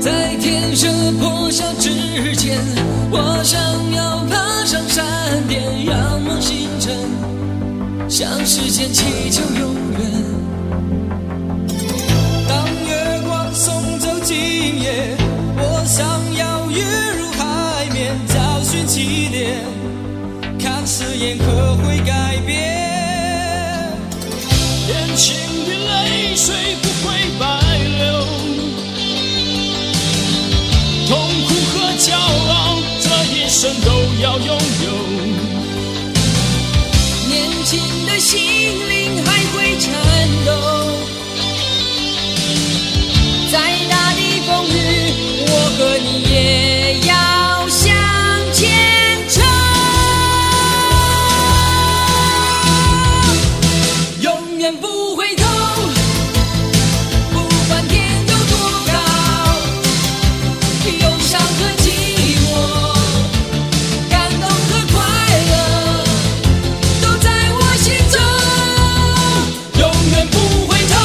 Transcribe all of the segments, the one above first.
在天色破晓之前，我想要爬上山巅，仰望星辰，向时间祈求永远。当月光送走今夜，我想要跃入海面，找寻起点，看誓言可会改变。眼前的泪水不会白流。痛苦和骄傲，这一生都要拥有。年轻的心灵还会颤抖，再大的风雨，我和你也要向前冲。永远不回头，不管天有多高。忧伤和寂寞，感动和快乐，都在我心中，永远不回头。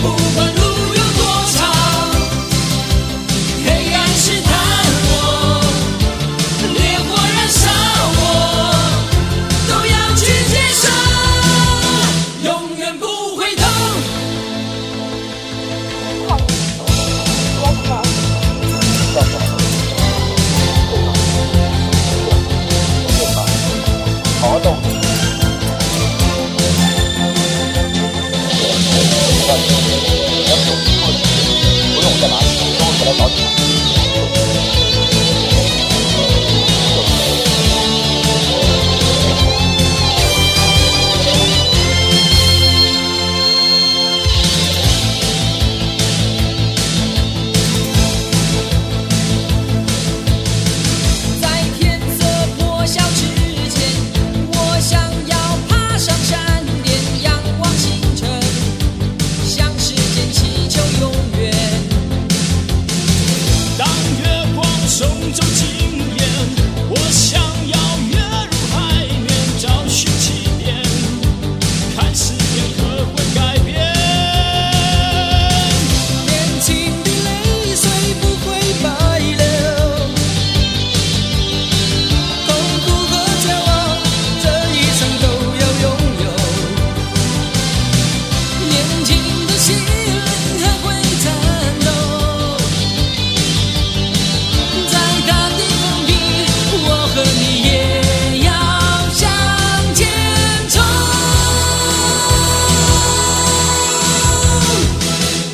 不管路有多长，黑暗试探我，烈火燃烧我，都要去接受，永远不回头。在天色破晓之前，我想要爬上山巅，仰望星辰，向时间祈求永远。当月光送走今夜，我想要跃入海面，找寻起点，看时间可会改变。年轻的泪水不会白流。痛苦和骄傲，这一生都要拥有。年轻的心灵还会颤抖，再大的风雨，我和你也要向前冲，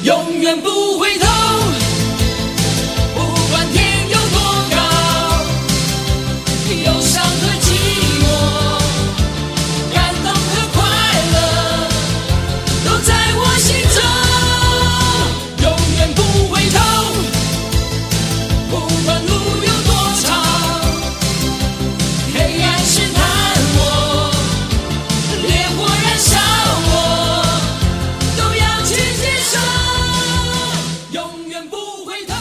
永远不回头。不管天有多高。忧伤和寂寞，感动和快乐，都在我心中，永远不回头。不管路有多长，黑暗试探我，烈火燃烧我，都要去接受，永远不回头。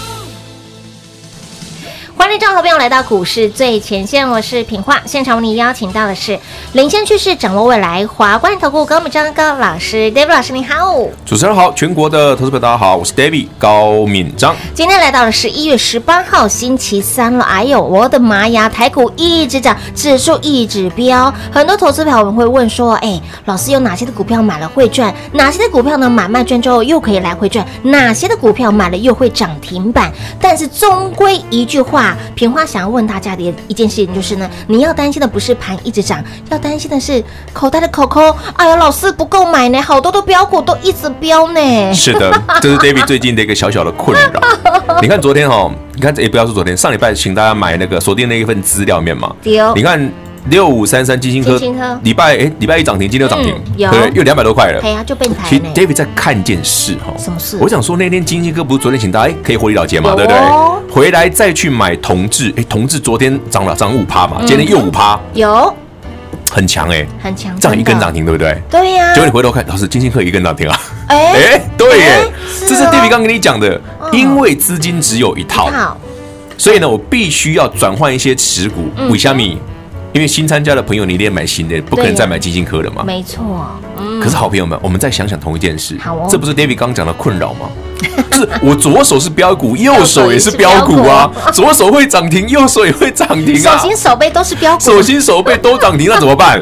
欢迎众好朋友来到股市最前线，我是品化。现场为你邀请到的是领先趋势、掌握未来华冠投顾高敏章高老师，David 老师你好。主持人好，全国的投资者大家好，我是 David 高敏 章。今天来到了十一月十八号星期三了，哎呦，我的妈呀！台股一直涨，指数一直飙，很多投资朋友们会问说，哎，老师有哪些的股票买了会赚，哪些的股票呢买卖赚之后又可以来回赚，哪些的股票买了又会涨停板？但是终归一句话，平平花想要问大家的一件事情就是呢，你要担心的不是盘一直涨，要担心的是口袋的口口，哎呦，老师不够买呢，好多的标股都一直飙呢。是的，这是 David 最近的一个小小的困扰。你看昨天哦，你看也不要说昨天，上礼拜请大家买那个锁定那一份资料面嘛。丢你，看六五三三金星科哦金星科，礼拜哎礼拜一涨停，今天又涨停嗯，对有不对，又两百多块了哎。呀，就被你抬其实呢。 David 在看一件事哈，什么事我想说那天金星哥不是昨天请大家哎可以获利了结嘛，有对不对哦？回来再去买同志，哎，同志昨天涨了涨五趴嗯嘛，今天又五趴，有很强哎，很强，涨一根真的涨。停，对不对？对呀、结果你回头看，老师金星科一根涨停啊， 哎、 哎，对耶，是这是哦 David 刚跟你讲的嗯，因为资金只有一套，好，所以呢，我必须要转换一些持股嗯，为虾米？因为新参加的朋友，你一定买新的，不可对能呀再买基金科了嘛。没错，嗯，可是好朋友们，我们再想想同一件事，好哦这不是 David 刚讲的困扰吗？ 就是我左手是标股，右手也是标股 啊，左手会涨停，右手也会涨停手啊，心手背都是标股，手心手背都涨停，那怎么 办？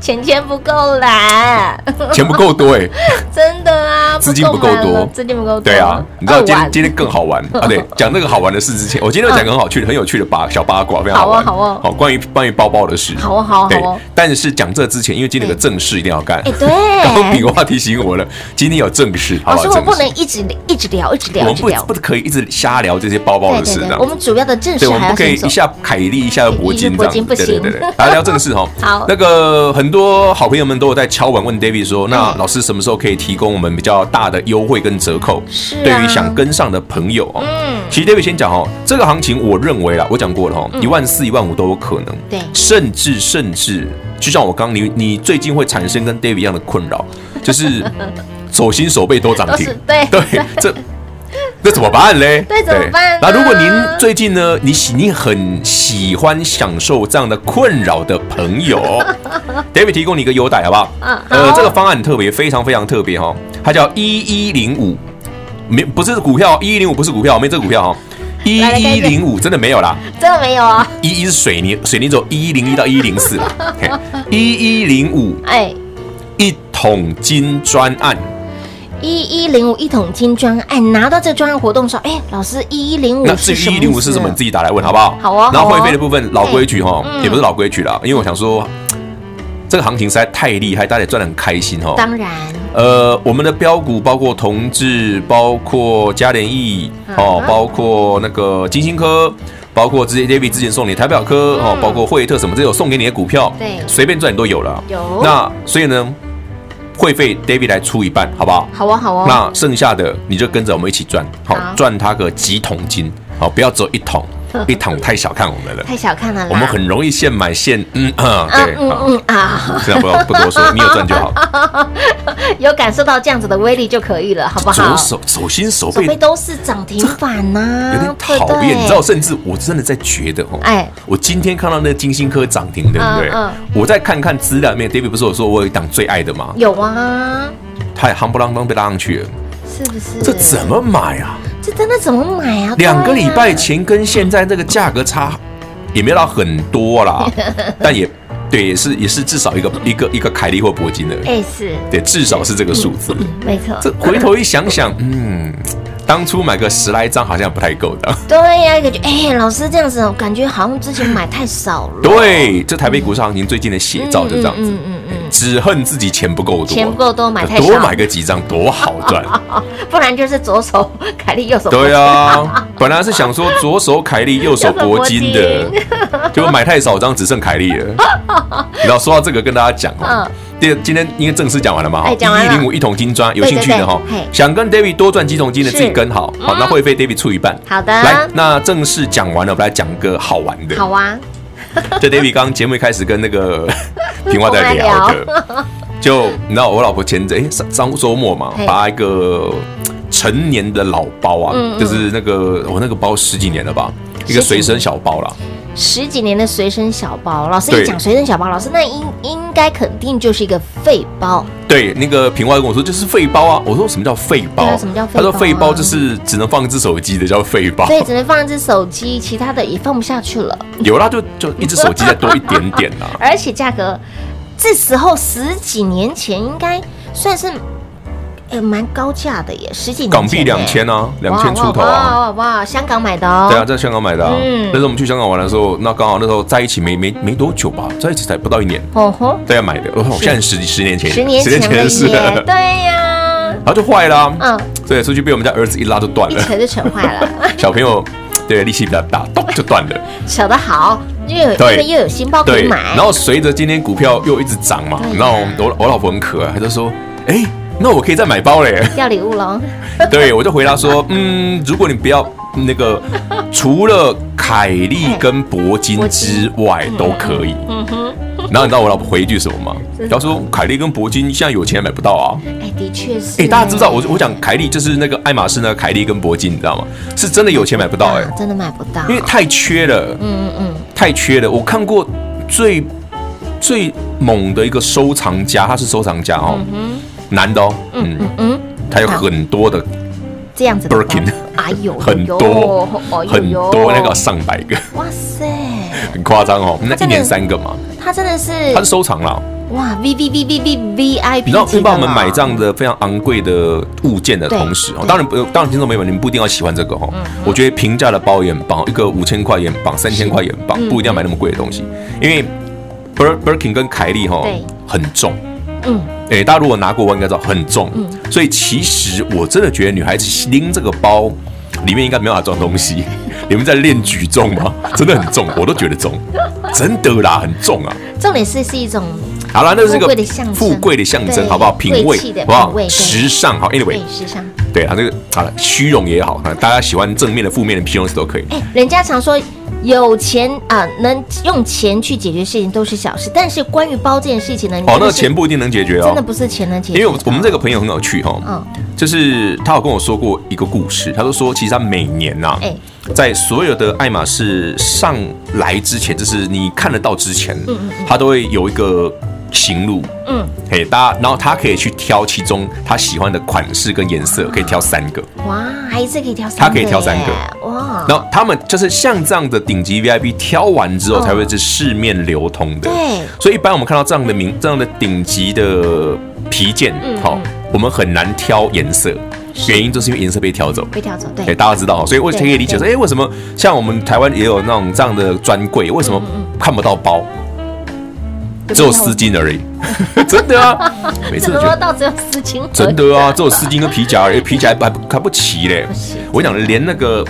钱钱不够 啦，钱不够多哎，真的啊，资金不够买了多资金不够多，对啊，你知道今天二万今天更好 玩啊？对，讲那个好玩的事之前，我今天要讲个很好趣的、很有趣的八小八卦，非常好玩。嗯好哦好哦关于关于包包的事。好哦好哦对好哦，但是讲这之前，因为今天有个正事一定要干。哎、 刚比对，哦话提醒我了，今天有正事，好啊不老师好？我不正能事。一直一直聊一直我聊一们直不聊不，可以一直瞎聊这些包包对的事，对这对，样我们主要的正对，事我们不还要可以先走一，下凯利，一下又铂金这一下铂金样。不行。对对对对，来聊正事哈 好那个很多好朋友们都有在敲碗问 David 嗯说，那老师什么时候可以提供我们比较大的优惠跟折扣？是啊对于想跟上的朋友哦。嗯其实 David 先讲哦，这个行情我认为啦，我讲过了哦，一万四、一万五都有可能。对甚至甚至，就像我刚你你最近会产生跟 David 一样的困扰，就是 手心手背都涨都停是。对对，这。那怎么办嘞？对怎么办呢那如果您最近呢，你喜你很喜欢享受这样的困扰的朋 友，David 提供你一个优待，好不好？嗯呃好，这个方案很特别，非常非常特别哈、哦，它叫一一零五，没不是股票，一一零五不是股票，没这个股票哈、哦，一来一来来零五真的没有啦，真的没有啊，一一是水泥，水泥只有一一零一到一一零 四啦，一一零五哎、一桶金专案，一一零五一桶金砖，哎，拿到这专案活动的时候，哎，老师一一零五那至是什于一么意零思啊五是什么，你自己打来问好不好？好哦然后好哦会费的部分，老规矩哈嗯，也不是老规矩啦，因为我想说，这个行情实在太厉害，大家也赚得很开心哈。当然，呃，我们的标股包括同志，包括嘉联益哦嗯，包括那个金星科，包括之前 David 之前送你台表科哦嗯，包括惠特什么，这有送给你的股票，对随便赚你都有了。有那所以呢，会费 David 来出一半，好不好？好哦好哦，那剩下的你就跟着我们一起赚，好好嗯赚它个几桶金，好不要只有一桶，一桶太小看我们了，太小看了啦，我们很容易现买现嗯啊啊对，嗯好嗯啊， 这样不要不多说，你有赚就好。有感受到这样子的威力就可以了，好不好左？手手心手手背背都是涨停板呐、有点对不讨对厌，你知道，甚至我真的在觉得哦，哎，我今天看到那个金星科涨停，对不对嗯？我再看看资料里面，David 不是有说我有一档最爱的吗？有啊，他也夯不啷当被拉上去了，是不是？这怎么买啊？这真的怎么买啊？两个礼对拜啊前跟现在这个价格差也没有到很多 啦，但也对，也是也是至少一个一个一个凯利或铂金的，哎、嗯是，对，至少是这个数字。没错，这回头一想想，嗯，当初买个十来张好像不太够 的。对呀、感觉哎，老师这样子，感觉好像之前买太少了，对，这台北股市行情最近的写照就这样子，嗯嗯嗯嗯只恨自己钱不够多，钱不够多买太少多买个几张多好赚。嗯不然就是左手 凯利，右手对啊，本来是想说左手凯利，右手铂金的右手，结果买太少张，只剩凯利 了。然后说到这个，跟大家讲哦嗯。第今天因为正式讲完了嘛，哈，哎讲完一了零五一桶金砖，有兴趣的哈对对对嘿，想跟 David 多赚几桶金的是嗯自己跟好，好，那会费 David 出一半。好的来，那正式讲完了，我们来讲个好玩的。好啊，就 David 刚刚节目一开始跟那 个平花在聊的，就你知道我老婆前阵哎上上周末嘛嘿，把一个成年的老包嗯啊，嗯就是那个我那个包十几年了吧，一个随身小包啦，十几年的随身小包，老师对一讲随身小包，老师那应应该肯定就是一个废包，对，那个平花跟我说就是废包啊，我说什么叫废对啊包？什么叫废他包啊说废包就是只能放一只手机的叫废包，所以只能放一只手机，其他的也放不下去了，有啦就就一只手机再多一点点 啦。而且价格这时候十几年前应该算是哎，蛮高价的耶，十几年港币前耶两千啊，两哇千出头啊。哇哇哇哇！香港买的哦，对啊，在香港买的啊。嗯那时候我们去香港玩的时候，那刚好那时候在一起没没没多久吧，在一起才不到一年，哦吼，对啊买的。我靠，现在十十年前，十年前了的事耶，了，对 呀，然后就坏了啊。嗯，对，出去被我们家儿子一拉就断一了。扯就扯坏了， 小朋友对力气比较大，咚就断了。扯得好，又有因对为又有新包哦可以对，买嗯然，后随着今天股票又一直涨嘛对，呀然后我我老婆很可爱，她就说：“哎，那我可以再买包嘞。要礼物喽，”对，我就回答 说：“嗯，如果你不要那个，除了凯利跟铂金之外都可以。”嗯哼，然后你知道我老婆回一句什么吗是？她说：“凯利跟铂金现在有钱也买不到啊。”哎，的确是，哎、大家知不知道我我讲凯利就是那个爱马仕那个凯利跟铂金，你知道吗？是真的有钱买不到哎、啊真的买不到，因为太缺了。嗯嗯太缺了。我看过最最猛的一个收藏家，他是收藏家哦，男的哦，嗯，嗯嗯，他有很多的，这样子的 Birkin 包哎呦，很呦多哎呦很多那个上百个，哇塞，很夸张哦。那他真的一年三个嘛，他真的是他是收藏啦。哇 V V V V V V I 你 P，知道，你帮我们买这样的非常昂贵的物件的同时哦，对嗯当然不，当然听众朋友们，你们不一定要喜欢这个哦。我觉得平价的包也很棒，一个五千块也很棒，三千块也很棒，嗯不一定要买那么贵的东西，因为 Bir Birkin 跟凯利哈对很重。嗯，哎、大家如果拿过弯应该知道很重，所以其实我真的觉得女孩子拎这个包里面应该没办法装东西。 你们在练举重吗？真的很重，我都觉得重，真的啦，很重啊。重点是是一种好啦，那是一个富贵的象征富贵的象征，对好不好？品味贵气的，好不好品味？对时尚，好。Anyway，对时尚。对啊，这个好了，虚荣也好，啊大家喜欢正面的、负面的形容词都可以。哎，人家常说有钱啊、能用钱去解决事情都是小事，但是关于包这件事情呢，你哦，真那的个是钱不一定能解决哦真的，不是钱能解决因的，为我我们这个朋友很有趣哦，嗯就是他有跟我说过一个故事，他就说其实他每年呐、哎在所有的爱马仕上来之前，就是你看得到之前，他都会有一个行路，嗯，嘿，大家，然后他可以去挑其中他喜欢的款式跟颜色，可以挑三个，哇，还一次可以挑三个，它可以挑三个，哇，然后他们就是像这样的顶级 VIP 挑完之后嗯才会是市面流通的，对，所以一般我们看到这样的名这样的顶级的皮件，嗯好、我们很难挑颜色，原因就是因为颜色被挑走。被挑走，哎，对，大家知道，所以为什么可以理解说，对哎，为什么像我们台湾也有那种这样的专柜，为什嗯么看不到包，只有丝巾 而已？真的啊，每次怎都么觉说得到只有私情而已？真的啊，只有丝巾跟皮夹而已，皮夹还还还不齐嘞不齐。我跟你讲连那个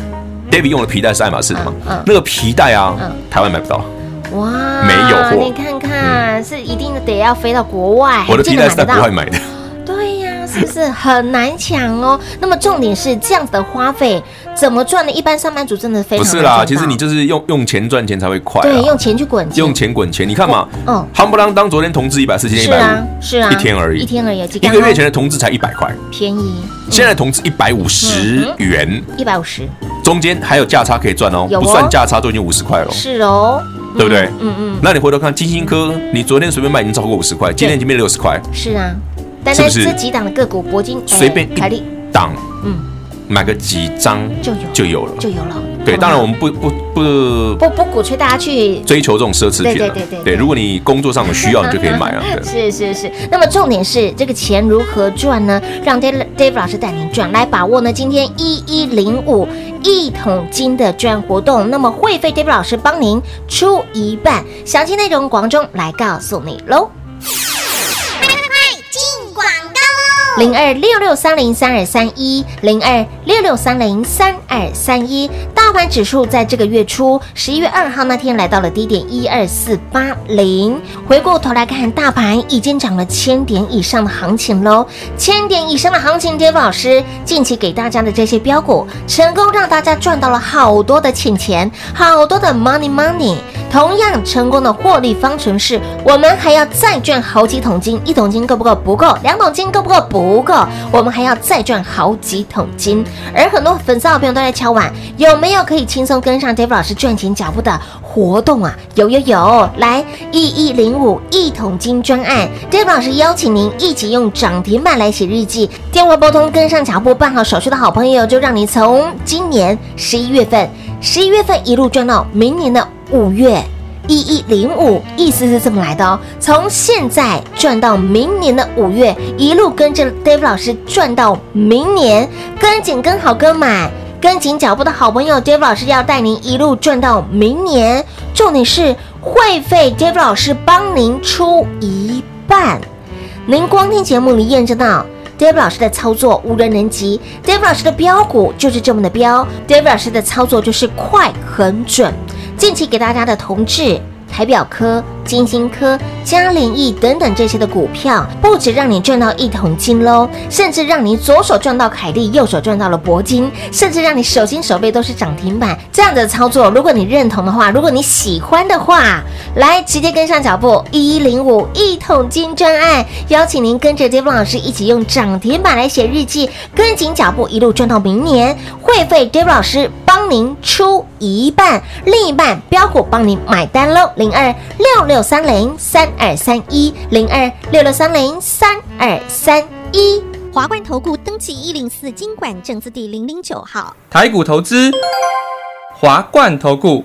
David 用的皮带是爱马仕的嘛嗯嗯，那个皮带啊嗯，台湾买不到。哇，没有货嗯你看看，是一定得要飞到国外，我的还皮真带是买在得国外到买的。对呀、是不是很难抢哦？那么重点是这样子的花费怎么赚呢？一般上班族真的 非不常是难赚啦，到其实你就是用用钱赚钱才会快、啊，对用钱去滚钱，用钱滚钱。你看嘛，嗯夯不啷当昨天同志一百四，今天一是百啊五，是啊，一天而已一天而已，几一天个月前的同志才一百块，便宜现在同志一百五十元，一百五十，中间还有价差可以赚哦，嗯有哦不算价差都已经五十块了，是哦，对不对？嗯嗯，那你回头看金星科，你昨天随便卖已经超过五十块，今天已经变六十块，是啊。单是单不是这几档的个股，铂金、哎随便凯一利档，嗯买个几张就有就有了。就有了。对，好吧当然我们不不不不不鼓吹大家去追求这种奢侈品对了对对对，对，对如果你工作上有需要，你就可以 买啊。对是是是，那么重点是这个钱如何赚呢？让 Dave Dave 老师带您赚，来把握呢今天一一零五一桶金的赚活动。那么会费 Dave 老师帮您出一半，详细内容广中来告诉你喽。零二六六三零三二三一，零二六六三零三二三一。大盘指数在这个月初十一月二号那天来到了低点一二四八零。回过头来看，大盘已经涨了千点以上的行情喽，千点以上的行情，Dave 老师近期给大家的这些标股，成功让大家赚到了好多的钱钱，好多的 money money。同样成功的获利方程式，我们还要再赚好几桶金，一桶金够不够？不够，两桶金够不够？不够，我们还要再赚好几桶金。而很多粉丝好朋友都在敲碗，有没有可以轻松跟上 Dave 老师赚钱脚步的活动啊？有有有，来一一零五一桶金专案，Dave 老师邀请您一起用涨停板来写日记，电话拨通跟上脚步，办好手续的好朋友，就让你从今年十一月份。十一月份一路赚到明年的五月。一一零五，意思是这么来的哦。从现在赚到明年的五月，一路跟着 Dave 老师赚到明年，跟紧跟好跟满。跟紧脚步的好朋友，Dave 老师要带您一路赚到明年。重点是会费，Dave 老师帮您出一半。您光听节目，你验证到 Dave 老师的操作无人能及，Dave 老师的标股就是这么的标，Dave 老师的操作就是快很准。近期给大家的同志。台表科、金星科、嘉联益等等这些的股票，不止让你赚到一桶金喽，甚至让你左手赚到凯利，右手赚到了铂金，甚至让你手心手背都是涨停板。这样的操作，如果你认同的话，如果你喜欢的话，来直接跟上脚步，一一零五一桶金专案，邀请您跟着 d a v 老师一起用涨停板来写日记，跟紧脚步一路赚到明年。会费 d a v 老师帮您出一半，另一半标股帮您买单喽，零二六六三零三二三一零二六六三零三二三一。华冠投顾登记一零四经管证字第零零九号。台股投资，华冠投顾。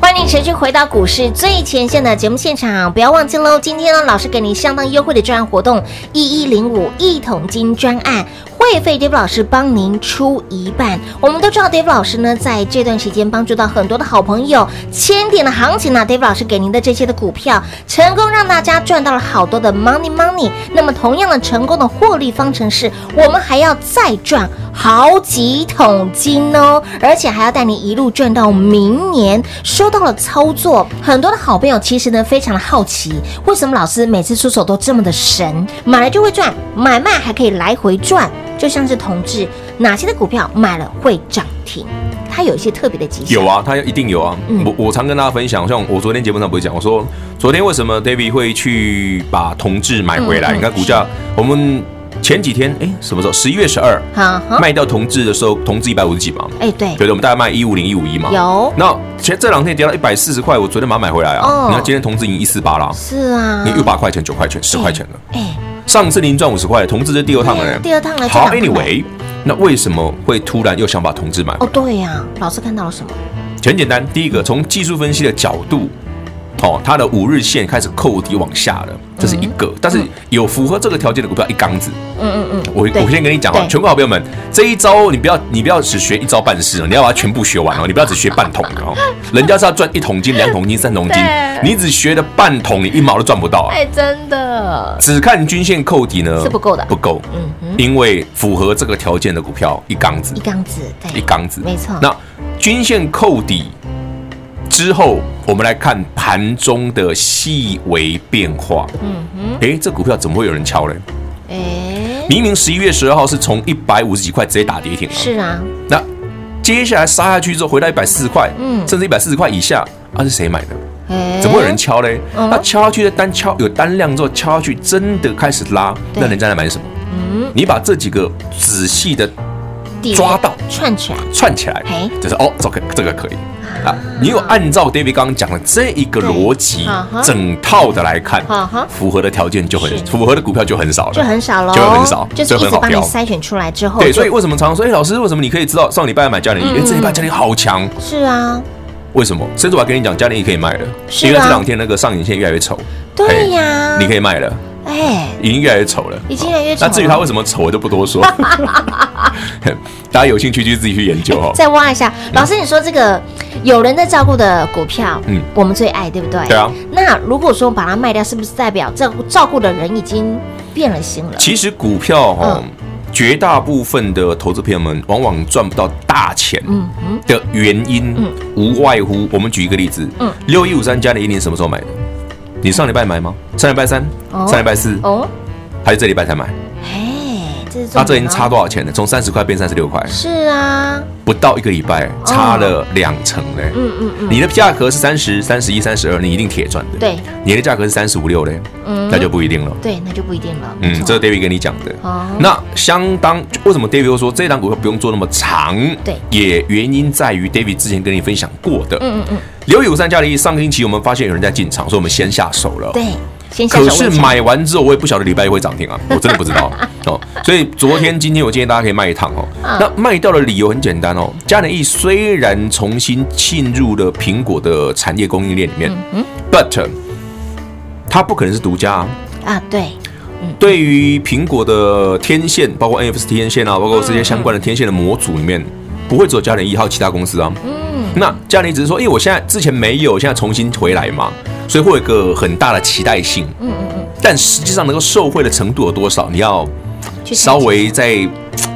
欢迎持续回到股市最前线的节目现场，不要忘记喽！今天呢，老师给您相当优惠的专案活动，一一零五一桶金专案，会费 Dave 老师帮您出一半。我们都知道 Dave 老师呢，在这段时间帮助到很多的好朋友，千点的行情呢、d a v e 老师给您的这些的股票，成功让大家赚到了好多的 money money。那么同样的成功的获利方程式，我们还要再赚好几桶金哦，而且还要带你一路赚到明年。说到了操作，很多的好朋友其实呢非常的好奇，为什么老师每次出手都这么的神，买了就会赚，买卖还可以来回赚，就像是同志哪些的股票买了会涨停，它有一些特别的迹象。有啊，他一定有啊。嗯我我常跟大家分享，像我昨天节目上不是讲，我说昨天为什么 David 会去把同志买回来？嗯嗯你看股价，我们前几天哎、什么时候？十一月十二好好卖掉同志的时候，同志一百五十几嘛，哎，对，对的，我们大概卖一五零一五一嘛。有那前这两天跌到一百四十块，我昨天把它买回来哦啊。你看今天同志已经一四八啦，是啊，你又八块钱、九块钱、十块钱了。哎，上次您赚五十块，同志是第二趟了对啊呢。第二趟了好这两块，Anyway，那为什么会突然又想把同志买回来哦对呀、老师看到了什么？很简单，第一个从技术分析的角度，哦，它的五日线开始扣底往下了，这是一个。但是有符合这个条件的股票一缸子，嗯嗯嗯，我对我先跟你讲哦对，全国好朋友们，这一招你不要你不要只学一招半式哦，你要把它全部学完哦，你不要只学半桶 的哦，人家是要赚一桶金、两桶金、三桶金，你只学了半桶，你一毛都赚不到啊。哎，真的，只看均线扣底呢是不够的不够，嗯哼，因为符合这个条件的股票一缸子一，缸子，对，一缸子，没错那均线扣底之后，我们来看盘中的细微变化。嗯哼，诶，这股票怎么会有人敲嘞？哎，明明十一月十二号是从一百五十几块直接打跌停啊，是啊，那接下来杀下去之后回到一百四十块，嗯甚至一百四十块以下，啊是谁买的？哎，怎么会有人敲嘞？嗯那敲下去的单敲有单量之后敲下去，真的开始拉，对那人家来买什么？嗯你把这几个仔细的地抓到串起来？串起来嘿，就是哦，这个这个可以啊。你有按照 David 刚刚讲的这一个逻辑对啊哈，整套的来看啊哈，符合的条件就很是符合的股票就很少了，就很少喽，就会很少，就是所以一很直好帮你标。筛选出来之后就，嗯对，所以为什么常常说，哎，老师，为什么你可以知道上礼拜买嘉联益？哎，这礼拜嘉联益好强，是啊，为什么？甚至我还跟你讲，嘉联益可以卖了，是啊因为这两天那个上影线越来越丑，对呀嘿，你可以卖了。哎，已经越来越丑了，已经越来越丑那了至于它为什么丑，我就不多 说，大家有兴趣就自己去研究 哦。再挖一下，老师，你说这个有人在照顾的股票，嗯嗯，我们最爱，对不对？对啊。那如果说把它卖掉，是不是代表这照顾的人已经变了心了。其实股票哈、嗯绝大部分的投资朋友们往往赚不到大钱嗯的原因，无外乎我们举一个例子，嗯六一五三加的一零什么时候买的？你上礼拜买吗？上礼拜三、哦上礼拜四，哦，还是这礼拜才买？哎，这是重点那、啊这已经差多少钱了？从三十块变三十六块，是啊，不到一个礼哦拜，差了两成嘞、嗯嗯嗯，你的价格是三十三、十一、三十二，你一定铁赚的。对，你的价格是三十五六嘞，那就不一定了。嗯对，那就不一定了。没嗯，错这是 David 跟你讲的。哦那相当为什么 David 又说这档股票不用做那么长？对也原因在于 David 之前跟你分享过的。嗯嗯嗯，刘友三加零一上个星期我们发现有人在进场，所以我们先下手了。。对，先下可手为是强买完之后，我也不晓得礼拜一会涨停 啊，我真的不知道哦。所以昨天、今天，我建议大家可以卖一趟哦。啊那卖掉的理由很简单哦，嘉能益虽然重新进入了苹果的产业供应链里面、b 嗯 u t 它不可能是独家啊。啊，对，对于苹果的天线，包括 NFC 天线啊，包括这些相关的天线的模组里面，不会只有嘉联一号，其他公司啊。嗯，那嘉联只是说，因为哎我现在之前没有，现在重新回来嘛，所以会有一个很大的期待性。嗯嗯嗯。但实际上能够受惠的程度有多少，你要去看稍微再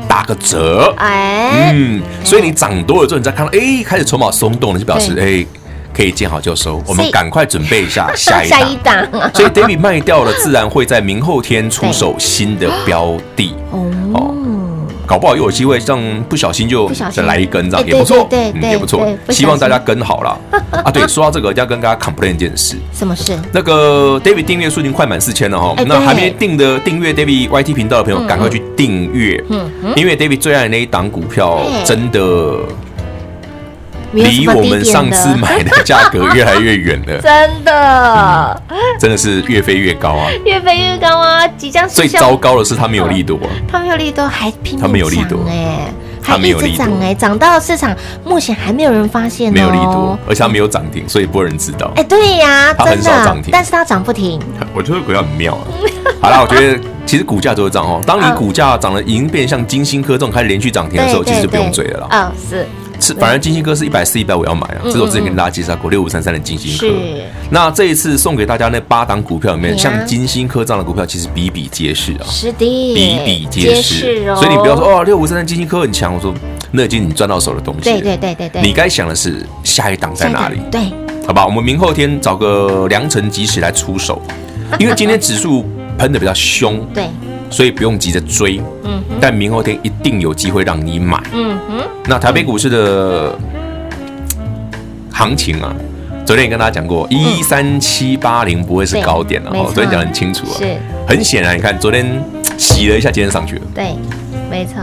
打个折。哎，嗯，所以你涨多了之后，你再看到，哎，开始筹码松动了，就表示哎，可以见好就收，我所们以赶快准备一 下下一下档一。档，啊所以 David 卖掉了，自然会在明后天出手新的标的，哦，搞不好又有机会让不小心就不小心再来一根，这哎样对也不错，嗯对对对也不错对不。小心希望大家跟好啦。啊， 对，说到这个，一定要跟大家 complain 一件事，什么事？那个 David 订阅数已经快满四千了哈哎，那对嗯还没订的订阅 David YT 频道的朋友，赶快去订阅，因为 David 最爱的那一档股票哎真的没有什离么我低们点上的次买的价格越来越远 了，真的真的是越飞越高啊！越飞越高啊，即将实最现糟，糕的是它没有力度啊。他们有力都还拼命他们有力度涨哎，还他们一有直力度涨哎，涨到市场目前还没有人发现哦，没有力度，而且它没有涨停，所以不会有人知道哎，。对呀，它很真少涨的停，但是它涨不停，我觉得股票很妙啊。好啦，我觉得其实股价就是这样哦。嗯当你股价涨了，已经变像金星科这种开始连续涨停的时候，其实就不用追了啦。嗯，是是，反而金星科是一百四、一百五要买啊。这是我之前跟大家介绍过六五三三的金星科。嗯是，那这一次送给大家那八档股票里对面，啊像金星科这样的股票，其实比比皆是啊。是的，比比皆是，啊所以你不要说哦，六五三三金星科很强，我说那已经你赚到手的东西了。对对对对对，你该想的是下一档在哪里下一？档对，好吧，我们明后天找个良辰吉时来出手，因为今天指数喷的比较凶，对，所以不用急着追。嗯，但明后天一定有机会让你买。嗯哼，那台北股市的嗯行情啊，昨天也跟大家讲过，一三七八零不会是高点了、嗯对没哦错，昨天讲得很清楚啊。是，很显然，你看昨天洗了一下，今天上去了，对，没错，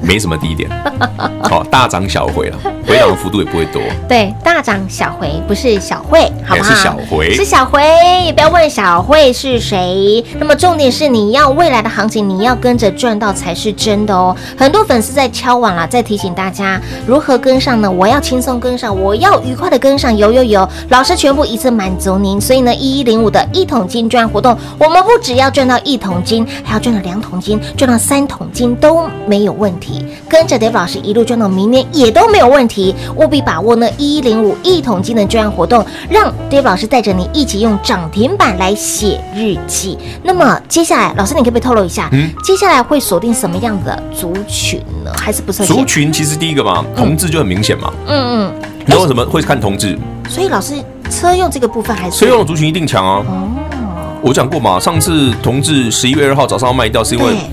没什么低点， 好、大涨小回了，回档的幅度也不会多。对，大涨小回不是小慧，好不好？哎是小回是小回，也不要问小慧是谁。那么重点是你要未来的行情，你要跟着赚到才是真的哦。很多粉丝在敲碗啊啦，在提醒大家如何跟上呢？我要轻松跟上，我要愉快的跟上，有有有，老师全部一次满足您。所以呢，一一零五的一桶金赚活动，我们不只要赚到一桶金，还要赚到两桶金，赚到三桶金都没有问题。跟着 Dave 老师一路赚到明年也都没有问题，务必把握呢一一零五一桶金的专案活动，让 Dave 老师带着你一起用涨停板来写日记。那么接下来，老师你可不可以透露一下，嗯接下来会锁定什么样的族群呢？还是不算族？群其实第一个嘛，同志就很明显嘛。嗯嗯。那为什么会看同志？所以老师车用这个部分还是所以用的族群一定强啊！哦，我讲过嘛，上次同志十一月二号早上要卖掉，是因为对嗯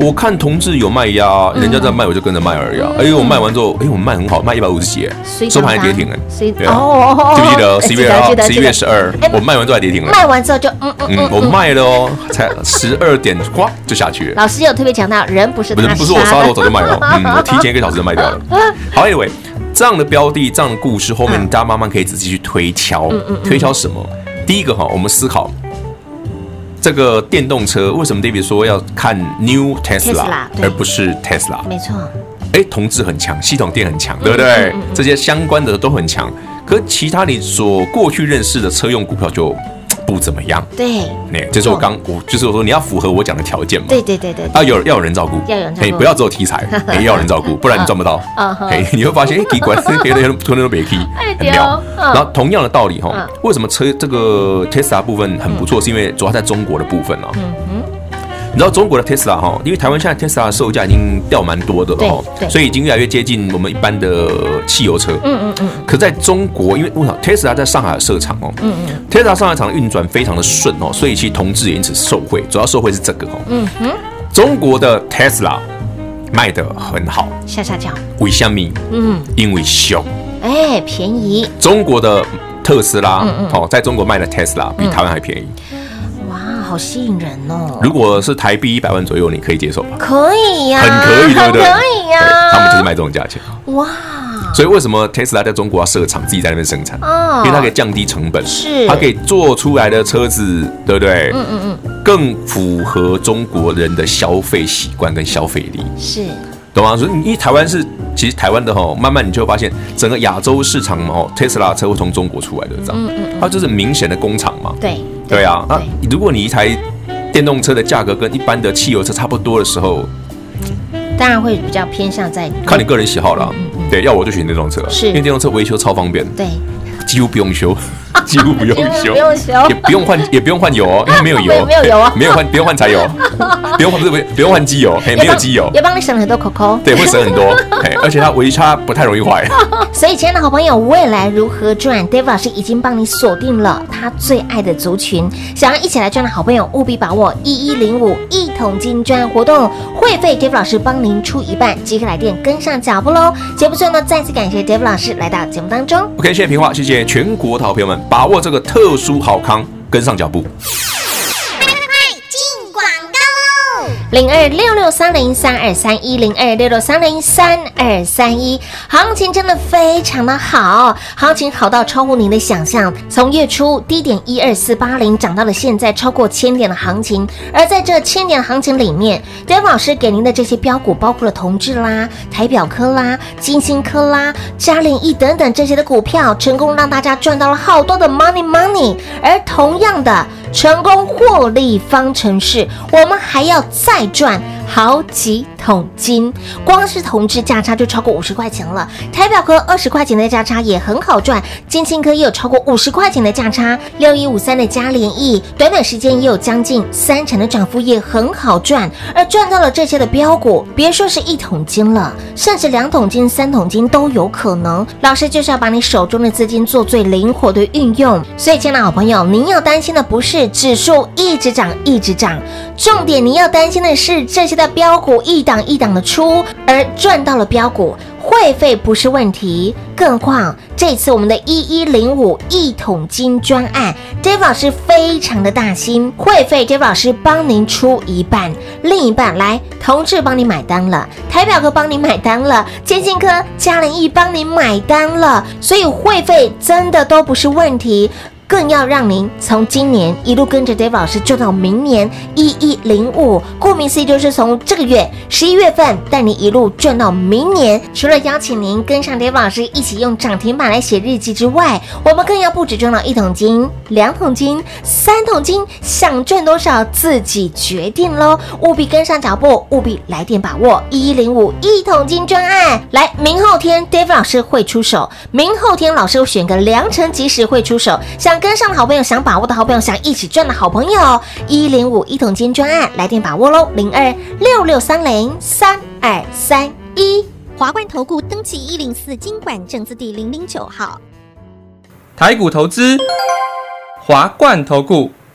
我看同志有卖压，人家在卖，我就跟着卖而已啊。哎，我卖完之后，哎，我们卖很好，卖一百五十几，随收档盘还跌啦停哎，随对啊哦，记不记得十一月二号记、得十一记月得十二哎，我卖完之后还跌停了。卖完之后就嗯嗯嗯，嗯我卖了哦，才十二点，哗就下去了。老师有特别强调，人不是不是他不是我杀杀的，我早就卖了， 嗯，我提前一个小时就卖掉了。好，anyway，这样的标的，这样的故事，后面大家慢慢可以仔细去推敲，嗯推敲什么？第一个哈，我们思考这个电动车为什么 David 说要看 New Tesla Tesla，对而不是 Tesla？没错，哎，同质很强，系统电很嗯强，对不对？这些相关的都很强，可其他你所过去认识的车用股票就不怎么样。对哎，这是我刚我就是我说你要符合我讲的条件嘛。对对对对，啊，有要有人照顾，要有人照顾哎不要只有题 材，哎，要有人照顾，不然你赚不到嗯嗯。哎，你会发现，哎，奇怪， 别的人突然都没 key，很对哦妙。嗯然后同样的道理哈嗯，哦为什么车这个 Tesla 部分很不错，是因为主要在中国的部分啊。你知道中国的 Tesla 哈，因为台湾现在 Tesla 的售价已经掉蛮多的了哈对，对所以已经越来越接近我们一般的汽油车。嗯嗯嗯，可在中国，因为为啥 Tesla 在上海的设厂哦，嗯嗯，Tesla 上海厂运转非常的顺哦，所以其实同志也因此受惠，主要受惠是这个哦，嗯哼，中国的 Tesla 卖的很好，下下脚，为什么？嗯，因为凶，哎，便宜中国的特斯拉嗯哦，在中国卖的 Tesla 比台湾还便宜，哇，好吸引人哦，如果是台币一百万左右，你可以接受吧？可以呀、很可以，对啊很不对？可以啊呀、对他们就是卖这种价钱，哇，所以为什么 Tesla 在中国要设厂，自己在那边生产？哦因为它可以降低成本，是它可以做出来的车子，对不对？嗯嗯嗯，更符合中国人的消费习惯跟消费力，是懂吗？所以你因为台湾是，其实台湾的哈、慢慢你就会发现，整个亚洲市场嘛哦，Tesla 的车会从中国出来的，这样，它就是明显的工厂嘛，对对啊。那嗯对如果你一台电动车的价格跟一般的汽油车差不多的时候，当然会比较偏向在看你个人喜好啦。对，要我就选电动车，嗯是因为电动车维修超方便，对几乎不用 修，几乎不用几修，乎不用修也不用换，也不用换油 哦，因为没有油，没有油啊 没有换，不用换柴 油，不用换，不是不用不用换机油，哎，没有机油。也帮你省了很多口口。对，会省很多，哎，而且它维修它不太容易 坏，所以，亲爱的好朋友，未来如何赚？Dave 老师已经帮你锁定了他最爱的族群，想要一起来赚的好朋友，务必把握一一零五一桶金专案活动，会费 Dave 老师帮您出一半，即刻来电跟上脚步喽！节目最后呢，再次感谢 Dave 老师来到节目当中。 OK，谢谢平话，谢谢全国的好朋友们，把握这个特殊好康，跟上脚步。进广告喽！零二六六三零三二三一零二六六三零三二三一，行情真的非常的好，哦行情好到超乎您的想象。从月初低点一二四八零涨到了现在超过千点的行情，而在这千点的行情里面，Dave 老师给您的这些标股包括了同志啦、台表科啦、金星科啦、嘉联益等等这些的股票，成功让大家赚到了好多的 money money。而同样的，成功获利方程式，我们还要再赚好几桶金。光是同质价差就超过五十块钱了，台表科二十块钱的价差也很好赚，金星科也有超过五十块钱的价差，六一五三的嘉联益，短短时间也有将近三成的涨幅，也很好赚。而赚到了这些的标股，别说是一桶金了，甚至两桶金、三桶金都有可能。老师就是要把你手中的资金做最灵活的运用。所以，亲爱的好朋友，您要担心的不是指数一直涨一直涨，重点您要担心的是这些的标股一档一档的出，而赚到了标股。会费不是问题，更况这次我们的“一一零五一桶金”专案，Dave 老师非常的大心，会费 Dave 老师帮您出一半，另一半来同志帮你买单了，台表哥帮你买单了，金信科、嘉仁义帮你买单了，所以会费真的都不是问题。更要让您从今年一路跟着 Dave 老师赚到明年一一零五。顾名思义，就是从这个月十一月份带你一路赚到明年。除了邀请您跟上 Dave 老师一起用涨停板来写日记之外，我们更要不止赚到一桶金、两桶金、三桶金，想赚多少自己决定喽。务必跟上脚步，务必来电把握一一零五一桶金专案。来，明后天 Dave 老师会出手，明后天老师会选个良辰吉时会出手。想跟上的好朋友，想把握的好朋友，想一起赚的好朋友，一零五一桶金专案来电把握喽，零二六六三零三二三一。华冠投顾登记一零四经管证字第零零九号。台股投资，华冠投顾。